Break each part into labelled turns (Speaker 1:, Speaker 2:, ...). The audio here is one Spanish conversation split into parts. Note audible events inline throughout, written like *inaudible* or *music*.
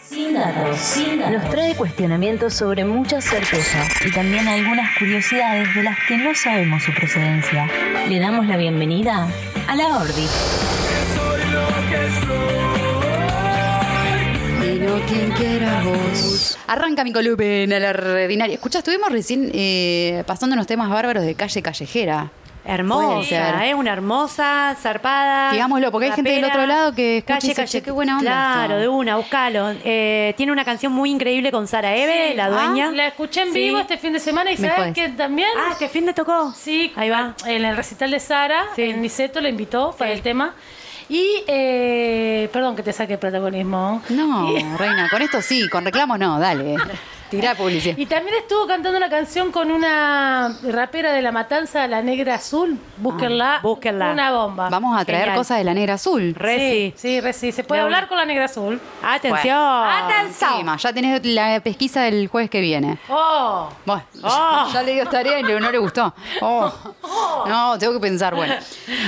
Speaker 1: Sin datos, sin datos. Nos trae cuestionamientos sobre muchas certezas y también algunas curiosidades de las que no sabemos su procedencia. Le damos la bienvenida a la Ordi.
Speaker 2: Pero quien quiera vos.
Speaker 3: Arranca mi columna la ordinaria. Escucha, estuvimos recién eh, pasando unos temas bárbaros de calle callejera. Puede ser.
Speaker 4: Hermosa, ¿eh? Una hermosa, zarpada.
Speaker 3: Digámoslo, porque hay gente del otro lado que escucha y dice, "Che, qué buena onda
Speaker 4: Claro,
Speaker 3: esto".
Speaker 4: de una, buscalo. Eh, tiene una canción muy increíble con Sara Eve,
Speaker 5: Sí. Ah,
Speaker 4: la dueña.
Speaker 5: La escuché en
Speaker 4: Sí.
Speaker 5: vivo este fin de semana y
Speaker 3: Me
Speaker 5: ¿sabes
Speaker 3: jodés.
Speaker 5: que también?
Speaker 4: Ah, este fin de tocó.
Speaker 5: Sí,
Speaker 4: Ahí va.
Speaker 5: En el recital de Sara,
Speaker 4: Sí.
Speaker 5: en Niceto la invitó para el tema. Y, eh, perdón que te saque el protagonismo.
Speaker 4: *laughs*
Speaker 3: No, reina, con esto sí, con reclamos no, dale. Tirá publicidad.
Speaker 5: Y también estuvo cantando una canción con una rapera de La Matanza, La Negra Azul. Búsquenla.
Speaker 4: Ah, búsquenla.
Speaker 5: Una bomba.
Speaker 3: Vamos a traer
Speaker 4: Genial.
Speaker 3: cosas de la negra azul.
Speaker 4: Reci.
Speaker 5: Sí, sí, re sí. Se puede
Speaker 4: De
Speaker 5: hablar
Speaker 4: una.
Speaker 5: con La Negra Azul.
Speaker 4: Atención.
Speaker 3: Encima, ya tenés la pesquisa del jueves que viene.
Speaker 5: ¡Oh!
Speaker 3: Bueno,
Speaker 4: Oh.
Speaker 3: *laughs* ya le dio tarea y no le gustó.
Speaker 4: *laughs*
Speaker 3: Oh. No, tengo que pensar, bueno.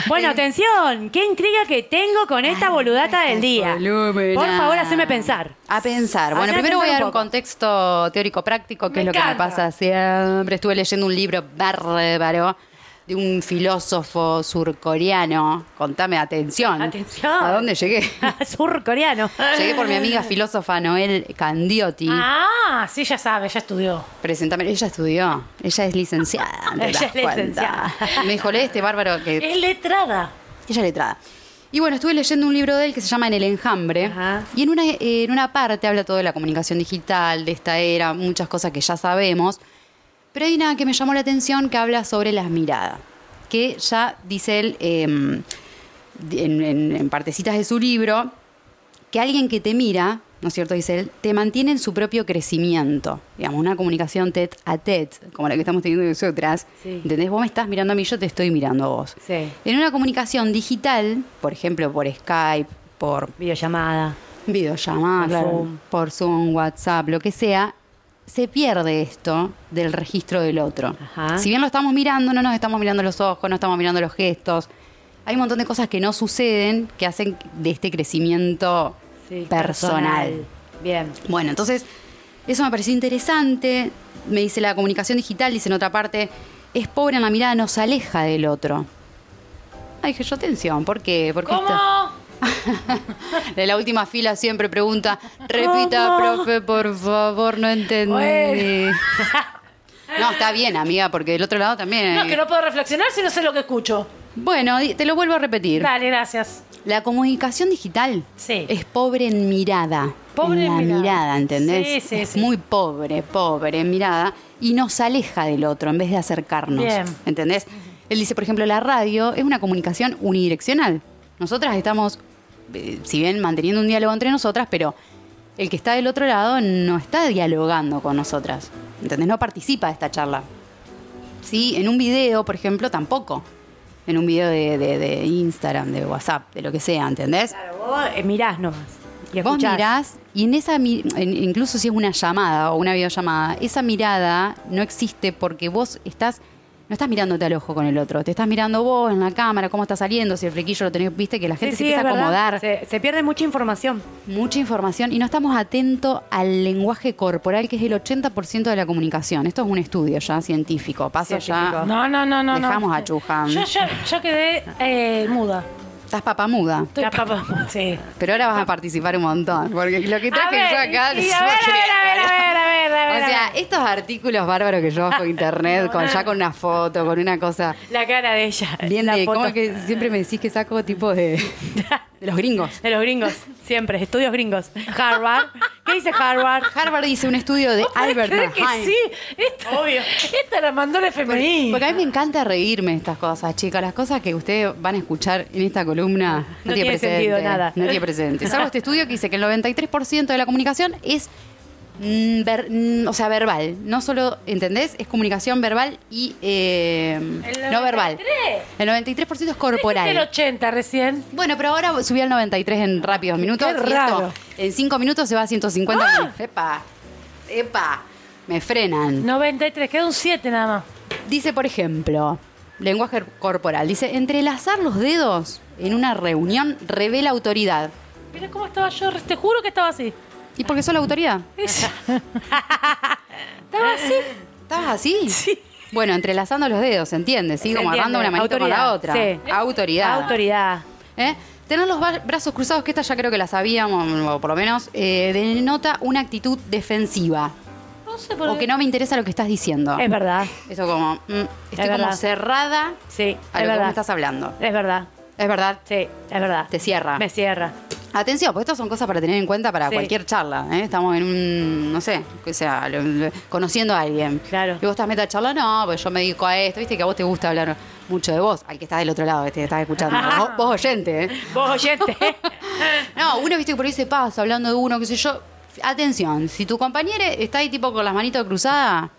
Speaker 4: Bueno, atención. Qué intriga que tengo con esta boludata del día.
Speaker 3: Columna.
Speaker 4: Por favor, haceme pensar.
Speaker 3: A pensar. Bueno,
Speaker 4: Haceme
Speaker 3: primero voy a
Speaker 4: pensar
Speaker 3: dar
Speaker 4: un
Speaker 3: un
Speaker 4: poco.
Speaker 3: contexto teórico-práctico, que
Speaker 5: Me
Speaker 3: es lo que me
Speaker 5: encanta.
Speaker 3: pasa siempre. Estuve leyendo un libro bárbaro de un filósofo surcoreano. Contame, atención.
Speaker 4: Atención.
Speaker 3: Ah, ¿A
Speaker 4: *laughs*
Speaker 3: dónde llegué?
Speaker 4: Surcoreano.
Speaker 3: llegué por mi amiga filósofa Noel Candiotti.
Speaker 5: Ah, sí, ya sabe, ya estudió.
Speaker 3: Presentame, ella estudió, ella es licenciada. ¿te
Speaker 4: Ella
Speaker 3: das
Speaker 4: es
Speaker 3: cuenta?
Speaker 4: licenciada.
Speaker 3: Me dijo, lee este bárbaro que
Speaker 5: Es letrada.
Speaker 3: Ella letrada. Y bueno, estuve leyendo un libro de él que se llama En el enjambre.
Speaker 4: Ajá.
Speaker 3: Y en una, en una parte habla todo de la comunicación digital, de esta era, muchas cosas que ya sabemos. Pero hay una que me llamó la atención que habla sobre las miradas. Que ya dice él em, en, en- en partecitas de su libro que alguien que te mira, ¿no es cierto? Dice él, te mantiene en su propio crecimiento. Digamos, una comunicación tete a tete, como la que estamos teniendo nosotras.
Speaker 4: Sí.
Speaker 3: ¿Entendés? Vos me estás mirando a mí, yo te estoy mirando a vos.
Speaker 4: Sí.
Speaker 3: En una comunicación digital, por ejemplo, por Skype, por
Speaker 4: Videollamada.
Speaker 3: videollamada,
Speaker 4: Por
Speaker 3: claro,
Speaker 4: Zoom.
Speaker 3: por Zoom, WhatsApp, lo que sea, se pierde esto del registro del otro.
Speaker 4: Ajá.
Speaker 3: Si bien lo estamos mirando, no nos estamos mirando los ojos, no estamos mirando los gestos. Hay un montón de cosas que no suceden que hacen de este crecimiento
Speaker 4: Sí,
Speaker 3: personal.
Speaker 4: Bien.
Speaker 3: Bueno, entonces, eso me pareció interesante. Me dice la comunicación digital, dice en otra parte, es pobre en la mirada, nos aleja del otro. Ay, dije yo, atención, ¿por qué? Porque *laughs*
Speaker 5: ¿Cómo?
Speaker 3: de la última fila siempre pregunta, repita,
Speaker 4: ¿Cómo?
Speaker 3: profe, por favor, no entendí.
Speaker 4: Bueno.
Speaker 3: No, está bien, amiga, porque del otro lado también.
Speaker 5: No,
Speaker 4: Eh.
Speaker 3: hay-
Speaker 5: que no puedo reflexionar si no sé lo que escucho.
Speaker 3: Bueno, di- te lo vuelvo a repetir.
Speaker 5: Dale, gracias.
Speaker 3: La comunicación digital
Speaker 5: Sí.
Speaker 3: es pobre en mirada.
Speaker 5: Pobre
Speaker 3: en la
Speaker 5: en
Speaker 3: mirada.
Speaker 5: mirada.
Speaker 3: ¿entendés?
Speaker 5: Sí, sí,
Speaker 3: Es
Speaker 5: sí.
Speaker 3: muy pobre, pobre en mirada y nos aleja del otro en vez de acercarnos.
Speaker 5: Bien.
Speaker 3: ¿Entendés? Él dice, por ejemplo, la radio es una comunicación unidireccional. Nosotras estamos, eh, si bien manteniendo un diálogo entre nosotras, pero el que está del otro lado no está dialogando con nosotras. ¿Entendés? No participa de esta charla. Sí, en un video, por ejemplo, tampoco. En un video de, de- de Instagram, de WhatsApp, de lo que sea, ¿entendés?
Speaker 4: Claro, vos eh, mirás nomás. Y
Speaker 3: Vos
Speaker 4: escuchás.
Speaker 3: mirás y en esa mi- en- incluso si es una llamada o una videollamada, esa mirada no existe porque vos estás no estás mirándote al ojo con el otro, te estás mirando vos en la cámara, cómo está saliendo, si el flequillo lo tenés, viste que la
Speaker 4: Sí,
Speaker 3: gente
Speaker 4: sí,
Speaker 3: se
Speaker 4: es
Speaker 3: empieza a
Speaker 4: verdad.
Speaker 3: acomodar,
Speaker 4: Se, se pierde mucha información.
Speaker 3: mucha información y no estamos atentos al lenguaje corporal que es el 80% de la comunicación. Esto es un estudio ya científico, pasa
Speaker 4: Científico.
Speaker 3: ya.
Speaker 5: No, no, no, no. no.
Speaker 3: Dejamos a Chuján.
Speaker 5: Yo, yo, yo quedé eh, muda.
Speaker 3: Estás papamuda.
Speaker 5: Estoy papá. Sí.
Speaker 3: Pero ahora vas a participar un montón, porque lo que
Speaker 5: Ah. A
Speaker 3: traje
Speaker 5: ver,
Speaker 3: yo acá...
Speaker 5: y- y a ver, a ver, a ver, a ver, a ver, a ver,
Speaker 3: O
Speaker 5: a
Speaker 3: sea,
Speaker 5: ver.
Speaker 3: estos artículos bárbaros que yo
Speaker 5: *laughs*
Speaker 3: bajo internet, con, ya con una foto, con una cosa
Speaker 4: La cara de ella.
Speaker 3: bien
Speaker 4: la
Speaker 3: de...
Speaker 4: foto
Speaker 3: ¿Cómo es que siempre me decís que saco tipo
Speaker 5: *laughs*
Speaker 3: de... de los gringos?
Speaker 4: De los gringos, siempre. Estudios gringos. Harvard. ¿Qué dice Harvard?
Speaker 3: Harvard hizo un estudio *laughs* de Albert
Speaker 5: ¿Crees que
Speaker 3: Einstein.
Speaker 5: sí? Esta, Obvio. Esta la mandó el FMI.
Speaker 3: Porque a mí me encanta reírme de estas cosas, chicas. Las cosas que ustedes van a escuchar en esta columna no,
Speaker 4: No tiene sentido, nada.
Speaker 3: No tiene presente. Salvo este estudio que dice que el 93% de la comunicación es, mm, ver- mm, o sea, verbal. No solo, ¿entendés? Es comunicación verbal y eh,
Speaker 5: El
Speaker 3: no verbal.
Speaker 5: 93.
Speaker 3: El 93% es
Speaker 5: Dijiste el
Speaker 3: corporal.
Speaker 5: 80 recién.
Speaker 3: Bueno, pero ahora subí al 93 en rápidos minutos.
Speaker 5: Qué
Speaker 3: y esto,
Speaker 5: raro.
Speaker 3: en 5 minutos se va a 150. Epa, epa, me frenan.
Speaker 5: 93, queda un 7 nada más.
Speaker 3: Dice, por ejemplo, lenguaje corporal. Dice, entrelazar los dedos en una reunión revela autoridad.
Speaker 5: Mira cómo estaba yo, te juro que estaba así.
Speaker 3: ¿Y porque soy la autoridad?
Speaker 5: Estaba así.
Speaker 3: ¿Estabas
Speaker 4: *laughs*
Speaker 3: así? Sí. Bueno, entrelazando los dedos, ¿entiendes? Sí,
Speaker 4: Se
Speaker 3: como agarrando una
Speaker 4: entiende.
Speaker 3: manito con la otra.
Speaker 4: Autoridad, sí.
Speaker 3: Autoridad.
Speaker 4: Autoridad.
Speaker 3: ¿Eh? Tener los ba- brazos cruzados, que esta ya creo que la sabíamos, o por lo menos, eh, denota una actitud defensiva.
Speaker 5: No sé por
Speaker 3: O que no me interesa lo que estás diciendo.
Speaker 4: Es verdad.
Speaker 3: Eso como, mm, estoy como
Speaker 4: Em. verdad.
Speaker 3: cerrada
Speaker 4: Sí,
Speaker 3: a
Speaker 4: es
Speaker 3: lo que vos
Speaker 4: verdad.
Speaker 3: me estás hablando.
Speaker 4: Es verdad.
Speaker 3: Es verdad.
Speaker 4: Sí, es verdad.
Speaker 3: Te cierra.
Speaker 4: Me cierra.
Speaker 3: Atención, porque estas son cosas para tener en cuenta para
Speaker 4: Sí.
Speaker 3: cualquier charla. ¿eh? Estamos en un, no sé, o sea, lo- lo- conociendo a alguien.
Speaker 4: Claro.
Speaker 3: Y vos estás meta a charla, no, pues yo me dedico a esto, viste que a vos te gusta hablar mucho de vos, al que está del otro lado, este que estás
Speaker 5: *laughs*
Speaker 3: escuchando. Vos, vos oyente, ¿eh?
Speaker 4: Vos oyente.
Speaker 5: Este.
Speaker 3: *laughs* No, uno viste que por ahí se pasa hablando de uno, qué sé yo. Atención, si tu compañero está ahí tipo con las manitos cruzadas,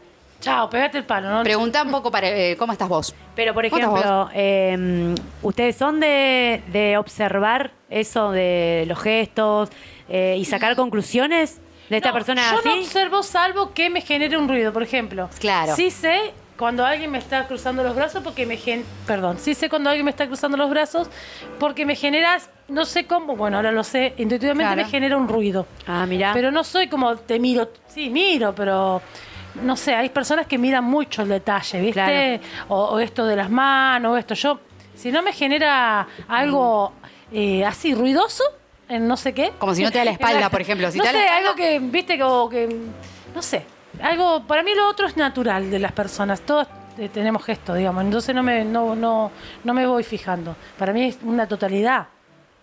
Speaker 5: Chao, pegate el palo, ¿no?
Speaker 3: pregunta un poco para eh, cómo estás vos.
Speaker 4: Pero, por
Speaker 3: ¿Cómo estás vos?
Speaker 4: ejemplo, eh, ¿ustedes son de, de observar eso de los gestos eh, y sacar conclusiones de esta
Speaker 5: No,
Speaker 4: persona
Speaker 5: yo
Speaker 4: así?
Speaker 5: no observo salvo que me genere un ruido, por ejemplo.
Speaker 3: Claro.
Speaker 5: Sí sé cuando alguien me está cruzando los brazos porque me gen... Perdón, sí sé cuando alguien me está cruzando los brazos porque me generas, no sé cómo, bueno, ahora lo sé, intuitivamente
Speaker 3: Claro.
Speaker 5: me genera un ruido.
Speaker 4: Ah, mirá.
Speaker 5: Pero no soy como te miro, sí, miro, pero no sé, hay personas que miran mucho el detalle, ¿viste?
Speaker 4: Claro.
Speaker 5: O, o esto de las manos, o esto. Yo, si no me genera algo eh, así ruidoso, en no sé qué.
Speaker 3: Como si no
Speaker 5: *laughs*
Speaker 3: te da la espalda, por ejemplo. Si
Speaker 5: no
Speaker 3: te da la
Speaker 5: sé,
Speaker 3: espalda-
Speaker 5: algo que, viste, como que. No sé. Algo. Para mí lo otro es natural de las personas. Todos eh, tenemos gestos, digamos. Entonces no me, no, no, no me voy fijando. Para mí es una totalidad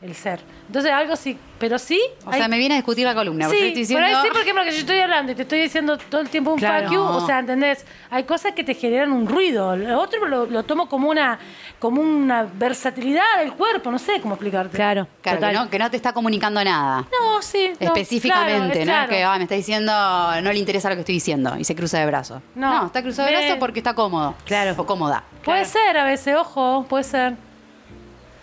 Speaker 5: el ser. Entonces algo sí. Pero sí.
Speaker 3: O
Speaker 5: hay-
Speaker 3: sea, me viene a discutir la columna, porque yo
Speaker 5: Sí,
Speaker 3: estoy
Speaker 5: por
Speaker 3: diciendo...
Speaker 5: ahí sí, porque es lo que yo estoy hablando y te estoy diciendo todo el tiempo un
Speaker 4: Claro.
Speaker 5: fuck you,
Speaker 3: No.
Speaker 5: o sea, ¿entendés? Hay cosas que te generan un ruido, lo otro lo, lo tomo como una como una versatilidad del cuerpo, no sé cómo explicarte.
Speaker 4: Claro,
Speaker 3: Claro, que
Speaker 4: total.
Speaker 3: no, que no te está comunicando nada.
Speaker 5: No, sí. no,
Speaker 3: Específicamente,
Speaker 5: claro,
Speaker 3: ¿no? Que
Speaker 5: claro.
Speaker 3: ah, me está diciendo, no le interesa lo que estoy diciendo y se cruza de brazos. No,
Speaker 5: No.
Speaker 3: está cruzado de
Speaker 5: Me-
Speaker 3: brazos porque está cómodo.
Speaker 4: Claro.
Speaker 3: O cómoda.
Speaker 5: Puede ser a veces, ojo, puede ser.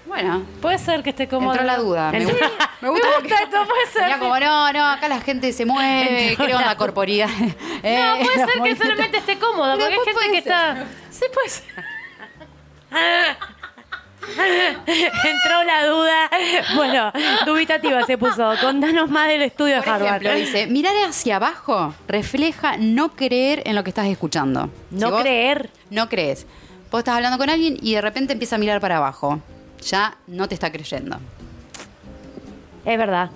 Speaker 3: Bueno,
Speaker 5: Puede ser que esté cómodo.
Speaker 3: entró la
Speaker 5: *laughs*
Speaker 3: duda. Me,
Speaker 4: Entró-
Speaker 3: gusta- me gusta
Speaker 5: Me
Speaker 3: porque-
Speaker 5: gusta esto, puede ser,
Speaker 3: Tenía
Speaker 5: sí.
Speaker 3: como, no, no, acá la gente se mueve,
Speaker 4: Entró
Speaker 3: creo en
Speaker 4: la
Speaker 3: la corporidad.
Speaker 5: *laughs* No,
Speaker 3: Eh, *laughs*
Speaker 5: puede
Speaker 3: los
Speaker 5: ser que
Speaker 3: movimientos.
Speaker 5: solamente esté cómoda, porque hay
Speaker 3: Después
Speaker 5: gente
Speaker 3: puede
Speaker 5: que
Speaker 3: ser.
Speaker 5: está. Sí, puede ser.
Speaker 4: *laughs* Entró
Speaker 3: *laughs*
Speaker 4: la duda. Bueno, dubitativa se puso. Contanos más del estudio de
Speaker 3: Por
Speaker 4: Harvard.
Speaker 3: ejemplo, dice, mirar hacia abajo refleja no creer en lo que estás escuchando.
Speaker 4: no
Speaker 3: Si vos
Speaker 4: creer.
Speaker 3: No crees. Vos estás hablando con alguien y de repente empieza a mirar para abajo. Ya no te está creyendo.
Speaker 4: Es verdad.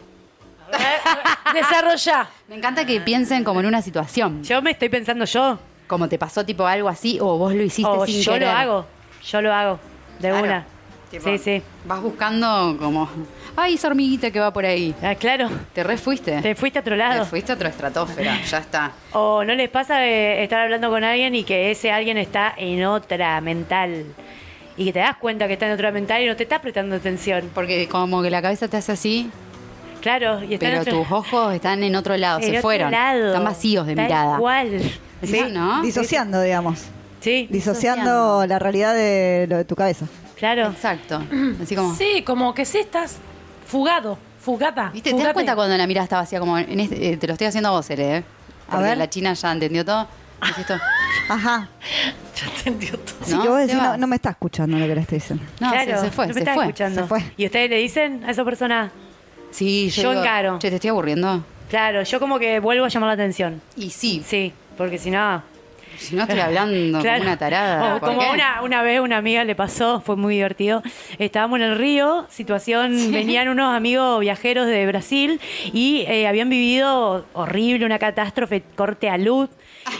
Speaker 5: Desarrollá.
Speaker 3: Me encanta que piensen como en una situación.
Speaker 4: Yo me estoy pensando yo.
Speaker 3: Como te pasó tipo algo así o vos lo hiciste
Speaker 4: O
Speaker 3: sin
Speaker 4: yo
Speaker 3: querer.
Speaker 4: lo hago. Yo lo hago. De
Speaker 3: Claro.
Speaker 4: una.
Speaker 3: Tipo,
Speaker 4: Sí, sí.
Speaker 3: Vas buscando como, ay, esa hormiguita que va por ahí.
Speaker 4: Ah, claro.
Speaker 3: Te refuiste.
Speaker 4: Te fuiste a otro
Speaker 3: Te
Speaker 4: lado.
Speaker 3: fuiste a otra estratosfera. Ya está.
Speaker 4: O no les pasa de estar hablando con alguien y que ese alguien está en otra mental. Y que te das cuenta que está en otra mental y no te está prestando atención.
Speaker 3: Porque como que la cabeza te hace así,
Speaker 4: Claro, y está en
Speaker 3: pero
Speaker 4: otro-
Speaker 3: tus ojos están en otro lado,
Speaker 4: en
Speaker 3: se
Speaker 4: otro
Speaker 3: fueron.
Speaker 4: lado.
Speaker 3: Están vacíos de
Speaker 4: Tal
Speaker 3: mirada.
Speaker 4: cual.
Speaker 6: Sí,
Speaker 3: Sí, ¿no?
Speaker 6: Disociando, digamos.
Speaker 4: Sí,
Speaker 6: Disociando la realidad de lo de tu cabeza.
Speaker 4: claro.
Speaker 3: Exacto. Así como.
Speaker 5: Sí, como que sí estás fugado, fugada.
Speaker 3: ¿Viste? ¿Te das
Speaker 5: fugate.
Speaker 3: cuenta cuando la mirada está vacía? Como en este- eh, te lo estoy haciendo a vos, Ere, ¿eh? Porque
Speaker 6: ver.
Speaker 3: La China ya entendió todo. Es esto,
Speaker 6: Ajá. Sí,
Speaker 3: ¿no?
Speaker 6: que vos decís,
Speaker 3: Te
Speaker 6: no,
Speaker 3: vas.
Speaker 6: no me está escuchando lo que le estoy diciendo.
Speaker 3: No, se-
Speaker 4: claro,
Speaker 3: se, fue,
Speaker 4: no me
Speaker 3: se
Speaker 4: estás
Speaker 3: fue.
Speaker 4: escuchando.
Speaker 6: se fue.
Speaker 4: Y ustedes le dicen a esa persona,
Speaker 3: Sí, yo,
Speaker 4: Yo
Speaker 3: digo,
Speaker 4: encaro.
Speaker 3: Che, te estoy aburriendo.
Speaker 4: claro, yo como que vuelvo a llamar la atención.
Speaker 3: Y sí,
Speaker 4: Sí, porque si no,
Speaker 3: si
Speaker 4: *laughs*
Speaker 3: no estoy hablando
Speaker 4: Claro.
Speaker 3: como una tarada.
Speaker 4: O
Speaker 3: ¿por
Speaker 4: como
Speaker 3: qué?
Speaker 4: una, una vez una amiga le pasó, fue muy divertido. Estábamos en el río, situación, venían unos amigos viajeros de Brasil y eh, habían vivido horrible, una catástrofe, corte a luz.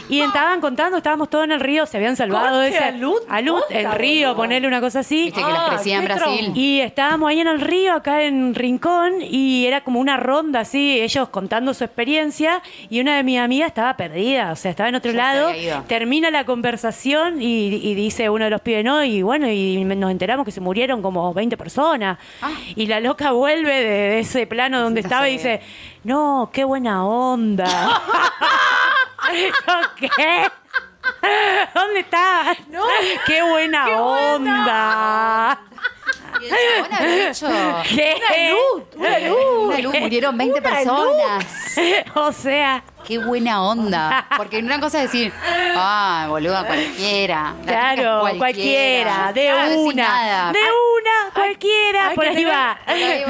Speaker 4: Y estaban contando, estábamos todos en el río, se habían salvado de
Speaker 5: ¿Corte
Speaker 4: ese
Speaker 5: a luz? Posta,
Speaker 4: el río,
Speaker 5: boludo. Ah,
Speaker 4: ponerle una cosa así.
Speaker 3: Viste que las crecía en
Speaker 5: qué
Speaker 3: Brasil.
Speaker 5: trompa.
Speaker 4: Y estábamos ahí en el río, acá en Rincón, y era como una ronda así, ellos contando su experiencia, y una de mis amigas estaba perdida, o sea, estaba en otro
Speaker 3: Ya se
Speaker 4: lado,
Speaker 3: había ido.
Speaker 4: termina la conversación y, y dice uno de los pibes, no, y bueno, y me- nos enteramos que se murieron como 20 personas, y la loca vuelve de, de ese plano donde
Speaker 3: Ah. Ya
Speaker 4: estaba y
Speaker 3: sé.
Speaker 4: dice, no, qué buena onda. *laughs* Yo, ¿Qué? *laughs* ¿Dónde está? ¡Qué buena onda!
Speaker 3: Y él dice, "Bueno, habré hecho
Speaker 4: ¿Qué?
Speaker 3: una
Speaker 4: *laughs*
Speaker 3: luz, una luz, murieron 20 personas.
Speaker 4: o sea,
Speaker 3: Qué buena onda. Porque una cosa es decir, ah, boluda, cualquiera. La
Speaker 4: claro,
Speaker 3: chica es
Speaker 4: cualquiera, de
Speaker 3: No decís
Speaker 4: una,
Speaker 3: nada.
Speaker 4: de una, cualquiera,
Speaker 5: hay
Speaker 4: por
Speaker 5: que
Speaker 4: ahí
Speaker 5: tener-
Speaker 4: va.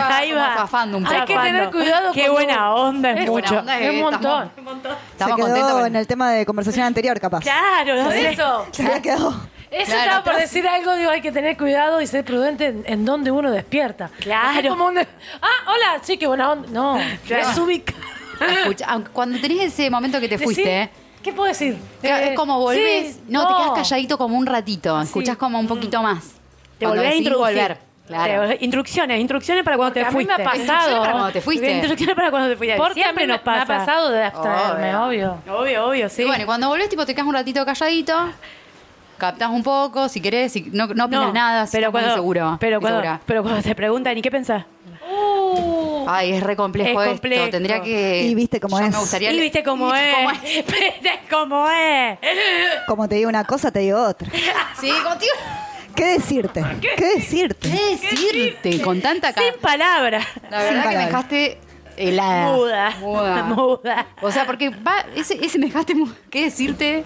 Speaker 3: por ahí va como zafando un
Speaker 5: Hay que
Speaker 3: Zafando.
Speaker 5: tener cuidado
Speaker 4: Qué
Speaker 5: cuando-
Speaker 4: buena onda es
Speaker 5: Qué buena
Speaker 4: mucho.
Speaker 3: onda
Speaker 5: Es un
Speaker 3: estamos-
Speaker 5: montón.
Speaker 3: Estamos
Speaker 6: Se quedó
Speaker 3: contentos. con-
Speaker 6: en el tema de conversación anterior, capaz.
Speaker 4: Claro, no
Speaker 5: Por
Speaker 4: sé.
Speaker 5: eso.
Speaker 6: Se había quedado.
Speaker 5: Eso
Speaker 3: Claro,
Speaker 5: estaba por
Speaker 3: pero-
Speaker 5: decir algo, digo, hay que tener cuidado y ser prudente en, en dónde uno despierta.
Speaker 4: Claro.
Speaker 5: Es como un- ah, hola, sí, qué buena onda. No,
Speaker 4: Claro.
Speaker 5: es ubica-
Speaker 3: Escucha, aunque cuando tenés ese momento que te
Speaker 5: Decí,
Speaker 3: fuiste, ¿eh?
Speaker 5: ¿Qué puedo decir?
Speaker 3: Que
Speaker 5: Eh,
Speaker 3: es como volvés,
Speaker 5: sí,
Speaker 3: no, te quedas calladito como un ratito, escuchás como un poquito más.
Speaker 4: Mm. Te
Speaker 3: Cuando
Speaker 4: volvés a
Speaker 3: decidís
Speaker 4: introducir.
Speaker 3: volver,
Speaker 4: Te
Speaker 3: claro.
Speaker 4: volvés- Instrucciones, instrucciones para cuando
Speaker 5: Porque
Speaker 4: te
Speaker 5: a mí
Speaker 4: fuiste.
Speaker 5: me ha pasado.
Speaker 3: Para cuando te fuiste.
Speaker 4: Instrucciones para cuando te fuiste.
Speaker 5: Porque
Speaker 4: Siempre
Speaker 5: a mí me-
Speaker 4: nos pasa.
Speaker 5: Me ha pasado de abstraerme, obvio.
Speaker 4: Obvio, obvio, sí.
Speaker 3: Y bueno, y cuando volvés, tipo, te quedas un ratito calladito, captás un poco, si querés, si no, no opinas nada, si estás
Speaker 4: pero
Speaker 3: muy
Speaker 4: cuando,
Speaker 3: inseguro,
Speaker 4: Pero
Speaker 3: insegura.
Speaker 4: cuando, pero cuando te preguntan, ¿y qué pensás?
Speaker 3: Ay, es re complejo,
Speaker 4: Es complejo.
Speaker 3: esto. Tendría que.
Speaker 6: Y viste cómo
Speaker 3: Yo
Speaker 6: es.
Speaker 3: Me gustaría
Speaker 4: Y viste cómo
Speaker 3: *laughs* ¿Viste
Speaker 4: es. *laughs* Viste cómo es.
Speaker 6: Como te digo una cosa, te digo otra.
Speaker 3: Sí, contigo.
Speaker 4: *laughs*
Speaker 6: ¿Qué decirte? ¿Qué decirte?
Speaker 3: ¿Qué decirte? Con tanta cara.
Speaker 4: Sin palabras.
Speaker 3: La verdad
Speaker 6: Sin
Speaker 3: que me
Speaker 6: palabras.
Speaker 3: dejaste helada.
Speaker 4: Muda.
Speaker 3: Eh, Muda.
Speaker 4: *laughs* Muda.
Speaker 3: O sea, porque va, ese, ese me dejaste. mu- ¿Qué decirte?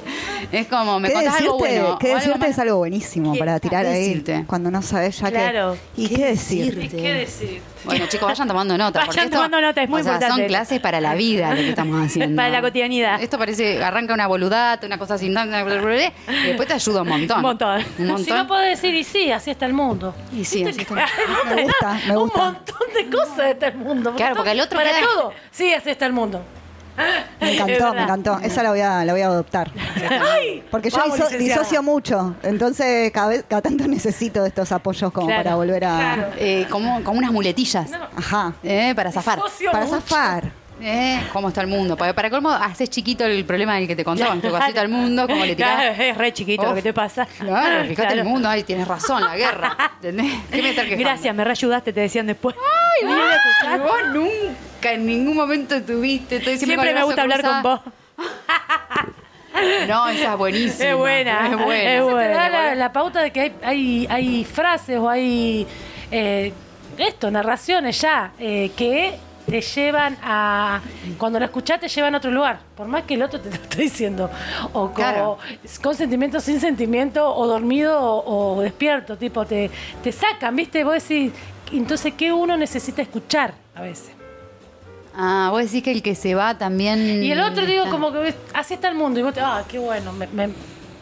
Speaker 3: Es como, me
Speaker 6: ¿Qué
Speaker 3: contás
Speaker 6: decirte?
Speaker 3: algo bueno.
Speaker 6: ¿Qué
Speaker 3: o
Speaker 6: decirte
Speaker 3: malo.
Speaker 6: es algo buenísimo para tirar
Speaker 3: ¿Qué
Speaker 6: ahí
Speaker 3: decirte?
Speaker 6: cuando no sabes ya
Speaker 4: Claro.
Speaker 6: qué. ¿Y qué, decir?
Speaker 3: decirte?
Speaker 5: ¿Qué decir?
Speaker 3: Bueno, chicos, vayan tomando nota. porque
Speaker 4: Vayan
Speaker 3: esto-
Speaker 4: tomando nota, es muy
Speaker 3: o sea,
Speaker 4: importante.
Speaker 3: Son clases para la vida lo que
Speaker 4: *laughs*
Speaker 3: estamos haciendo.
Speaker 4: Para la cotidianidad.
Speaker 3: Esto parece, arranca una boludata, una cosa así, y después te ayuda un montón.
Speaker 4: Un montón.
Speaker 3: Un montón.
Speaker 5: Si no puedo decir, y sí, así está el mundo.
Speaker 3: Y sí, así está.
Speaker 6: Me gusta, me
Speaker 5: Un
Speaker 6: gusta.
Speaker 5: montón de cosas está el mundo.
Speaker 3: Claro, porque el otro
Speaker 5: Para
Speaker 3: queda-
Speaker 5: todo. Sí, así está el mundo.
Speaker 6: Me
Speaker 4: *laughs* Es
Speaker 6: encantó,
Speaker 4: verdad.
Speaker 6: me encantó. Esa la voy a, la voy a adoptar. Porque yo diso- disocio mucho. Entonces, cada, vez, cada tanto necesito de estos apoyos como
Speaker 4: Claro,
Speaker 6: para volver a.
Speaker 3: Eh, como, como unas muletillas.
Speaker 6: Ajá.
Speaker 3: Eh, para zafar.
Speaker 5: Socio
Speaker 6: Para
Speaker 5: mucho.
Speaker 6: zafar.
Speaker 3: Eh, ¿Cómo está el mundo? Para, para colmo, haces chiquito el problema del que te contó. Tipo, así está el mundo, como le tirás.
Speaker 4: Claro, es re chiquito lo
Speaker 3: Uf.
Speaker 4: que te pasa.
Speaker 3: Claro, fíjate
Speaker 4: Claro.
Speaker 3: el mundo, ay, tienes razón, la guerra. ¿Entendés? ¿Qué me estás quejando?
Speaker 4: Gracias, me reayudaste, te decían después.
Speaker 3: Ay, ay, vos nunca en ningún momento tuviste. Estoy siempre,
Speaker 4: *laughs* Siempre me gusta hablar con vos.
Speaker 3: vos. No, esa es buenísima.
Speaker 4: Es buena,
Speaker 3: Es buena.
Speaker 4: es buena.
Speaker 5: Te da la,
Speaker 4: Bueno.
Speaker 5: la pauta de que hay, hay, hay frases o hay eh, esto, narraciones ya, eh, que te llevan a. Cuando lo escuchás, te llevan a otro lugar. Por más que el otro te lo esté diciendo. O con,
Speaker 3: Claro.
Speaker 5: con sentimiento, sin sentimiento, o dormido o, o despierto. Tipo, te, te sacan, ¿viste? Vos decís. Entonces, ¿qué uno necesita escuchar a veces?
Speaker 3: Ah, vos decís que el que se va
Speaker 4: Mm,
Speaker 3: también.
Speaker 5: Y el otro digo
Speaker 3: Ah.
Speaker 5: como que así está el mundo y vos te, ah, qué bueno, me, me-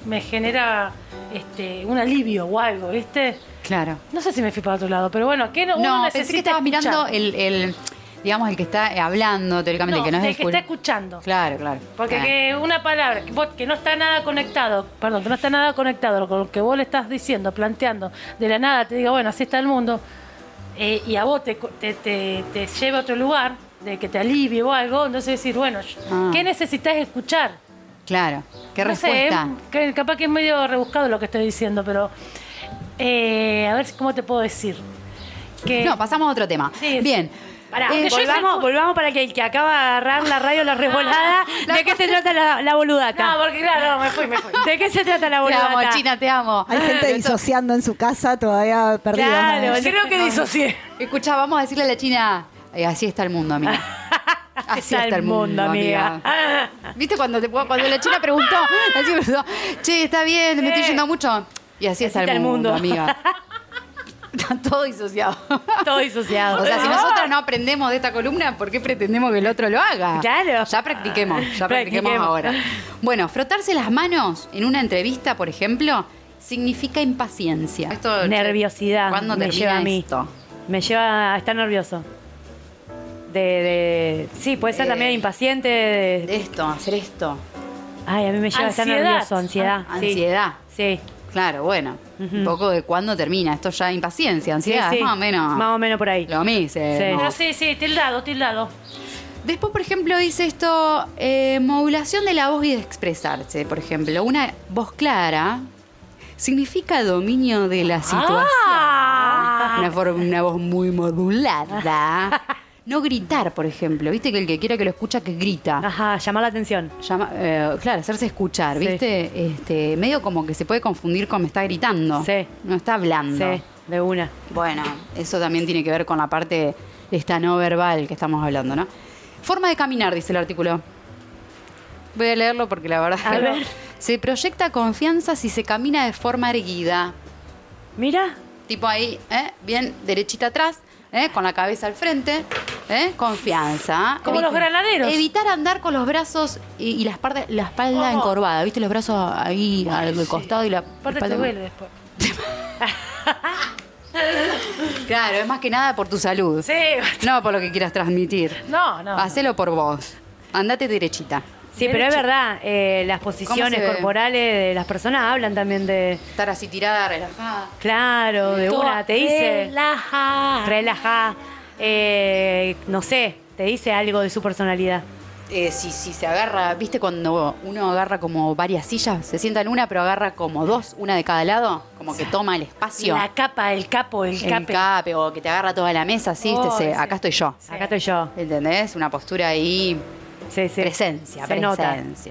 Speaker 5: me genera este un alivio o algo, ¿viste?
Speaker 3: Ah, Claro.
Speaker 5: No sé si me fui para otro lado, pero bueno, ¿qué no, uno
Speaker 3: No, pensé que
Speaker 5: necesita
Speaker 3: estabas mirando
Speaker 5: escuchar?
Speaker 3: el, el, digamos, el que está eh, hablando teóricamente,
Speaker 5: No,
Speaker 3: que no es
Speaker 5: del
Speaker 3: el
Speaker 5: que
Speaker 3: cul-
Speaker 5: está escuchando.
Speaker 3: Claro, claro.
Speaker 5: Porque
Speaker 3: Ah.
Speaker 5: que una palabra que, vos- que no está nada conectado, perdón, que no está nada conectado con lo que vos le estás diciendo, planteando, de la nada te diga, bueno, así está el mundo, eh, y a vos te, co- te, te, te lleve a otro lugar, de que te alivie o algo, entonces decir, bueno,
Speaker 3: Ah.
Speaker 5: ¿qué necesitas escuchar?
Speaker 3: Claro. ¿Qué
Speaker 5: No sé,
Speaker 3: respuesta?
Speaker 5: que- capaz que es medio rebuscado lo que estoy diciendo, pero eh, a ver si- cómo te puedo decir. Que
Speaker 3: No, pasamos a otro tema.
Speaker 5: Sí.
Speaker 3: Bien.
Speaker 4: Pará,
Speaker 5: Eh,
Speaker 4: que
Speaker 5: yo
Speaker 4: volvamos,
Speaker 5: soy-
Speaker 4: volvamos para que el que acaba de agarrar la radio la resbolada,
Speaker 3: *laughs*
Speaker 4: ¿de qué se trata la, la
Speaker 5: no,
Speaker 4: boludata?
Speaker 5: porque claro, no, me fui, me fui.
Speaker 4: ¿De qué se trata la
Speaker 3: Te
Speaker 4: boludata?
Speaker 3: amo, China, te amo.
Speaker 6: Hay gente
Speaker 3: Pero esto-
Speaker 6: disociando en su casa todavía perdida. ¿no?
Speaker 4: Ah, Claro.
Speaker 5: Creo que disocié.
Speaker 3: Escucha, vamos a decirle a la China, "Eh, así está el mundo, amiga. Así *laughs* está, el mundo, amiga. ¿Viste cuando, te, cuando la China preguntó, la China preguntó, che, está bien, me estoy yendo mucho? Y así, está, el mundo, *laughs* amiga. Está todo disociado.
Speaker 4: *laughs* Todo disociado.
Speaker 3: O sea, si nosotros no aprendemos de esta columna, ¿por qué pretendemos que el otro lo haga?
Speaker 4: Claro.
Speaker 3: Ya practiquemos, ya practiquemos,
Speaker 4: Practiquemos.
Speaker 3: ahora. Bueno, frotarse las manos en una entrevista, por ejemplo, significa impaciencia. Esto, che,
Speaker 4: Nerviosidad.
Speaker 3: ¿Cuándo
Speaker 4: me
Speaker 3: termina
Speaker 4: lleva a mí?
Speaker 3: esto?
Speaker 4: Me lleva a estar nervioso. De, de- sí, puede ser
Speaker 3: Eh,
Speaker 4: también impaciente. de-
Speaker 3: Esto, hacer esto.
Speaker 4: ay, a mí me lleva a estar
Speaker 5: Ansiedad.
Speaker 4: nervioso, ansiedad.
Speaker 3: An-
Speaker 4: Ah, sí.
Speaker 3: Ah, ansiedad.
Speaker 4: Sí.
Speaker 3: Claro, bueno. Un poco de cuándo termina. Esto ya es impaciencia,
Speaker 4: Sí,
Speaker 3: ansiedad,
Speaker 4: sí.
Speaker 3: más o menos.
Speaker 4: Más o menos por ahí.
Speaker 3: Lo mismo.
Speaker 5: Pero sí, sí, tildado, tildado.
Speaker 3: Después, por ejemplo, dice esto, eh, modulación de la voz y de expresarse. Por ejemplo, una voz clara significa dominio de
Speaker 4: Ah.
Speaker 3: la
Speaker 5: Ah.
Speaker 3: situación. Una, for- una voz muy modulada. No gritar, por ejemplo. Viste que el que quiera que lo escucha, que grita.
Speaker 4: Ajá, llamar la atención.
Speaker 3: Llama- eh, claro, hacerse escuchar,
Speaker 4: Ah. Sí.
Speaker 3: ¿viste? Este, medio como que se puede confundir con me está gritando.
Speaker 4: Sí.
Speaker 3: No está hablando.
Speaker 4: Sí. de una.
Speaker 3: Bueno, eso también tiene que ver con la parte de esta no verbal que estamos hablando, ¿no? Forma de caminar, dice el artículo. Voy a leerlo porque la verdad.
Speaker 4: A
Speaker 3: que no.
Speaker 4: ver.
Speaker 3: Se proyecta confianza si se camina de forma erguida.
Speaker 4: Mira,
Speaker 3: Tipo ahí, ¿eh? bien derechita atrás, ¿eh? con la cabeza al frente, ¿eh? confianza.
Speaker 5: Como los granaderos.
Speaker 3: Evitar andar con los brazos y, y la, espalda, la espalda
Speaker 5: Oh.
Speaker 3: encorvada, ¿viste? Los brazos ahí al costado y la
Speaker 5: Aparte te
Speaker 3: espalda-
Speaker 5: duele después.
Speaker 3: Claro, es más que nada por tu salud.
Speaker 5: Sí. *laughs*
Speaker 3: No por lo que quieras transmitir.
Speaker 5: No, no.
Speaker 3: Hacelo por vos. Andate derechita.
Speaker 4: sí, pero es verdad, eh, las posiciones
Speaker 3: ve?
Speaker 4: corporales de las personas hablan también de,
Speaker 3: Estar así tirada, relajada.
Speaker 4: claro, de
Speaker 5: Todo eh.
Speaker 4: una, te dice,
Speaker 5: Relaja.
Speaker 4: Ah. relaja, eh, no sé, te dice algo de su personalidad.
Speaker 3: Eh, si, si se agarra, ¿viste cuando uno agarra como varias sillas? Se sienta en una, pero agarra como dos, una de cada lado, como que toma el espacio.
Speaker 5: La capa, el capo, el
Speaker 3: el
Speaker 5: cape.
Speaker 3: cape, o que te agarra toda la mesa, así, viste,
Speaker 5: Oh,
Speaker 3: se-
Speaker 5: sí.
Speaker 3: acá estoy yo.
Speaker 4: Acá estoy yo.
Speaker 3: ¿Entendés? Una postura ahí.
Speaker 4: Sí, sí.
Speaker 3: Presencia,
Speaker 4: Se
Speaker 3: presencia.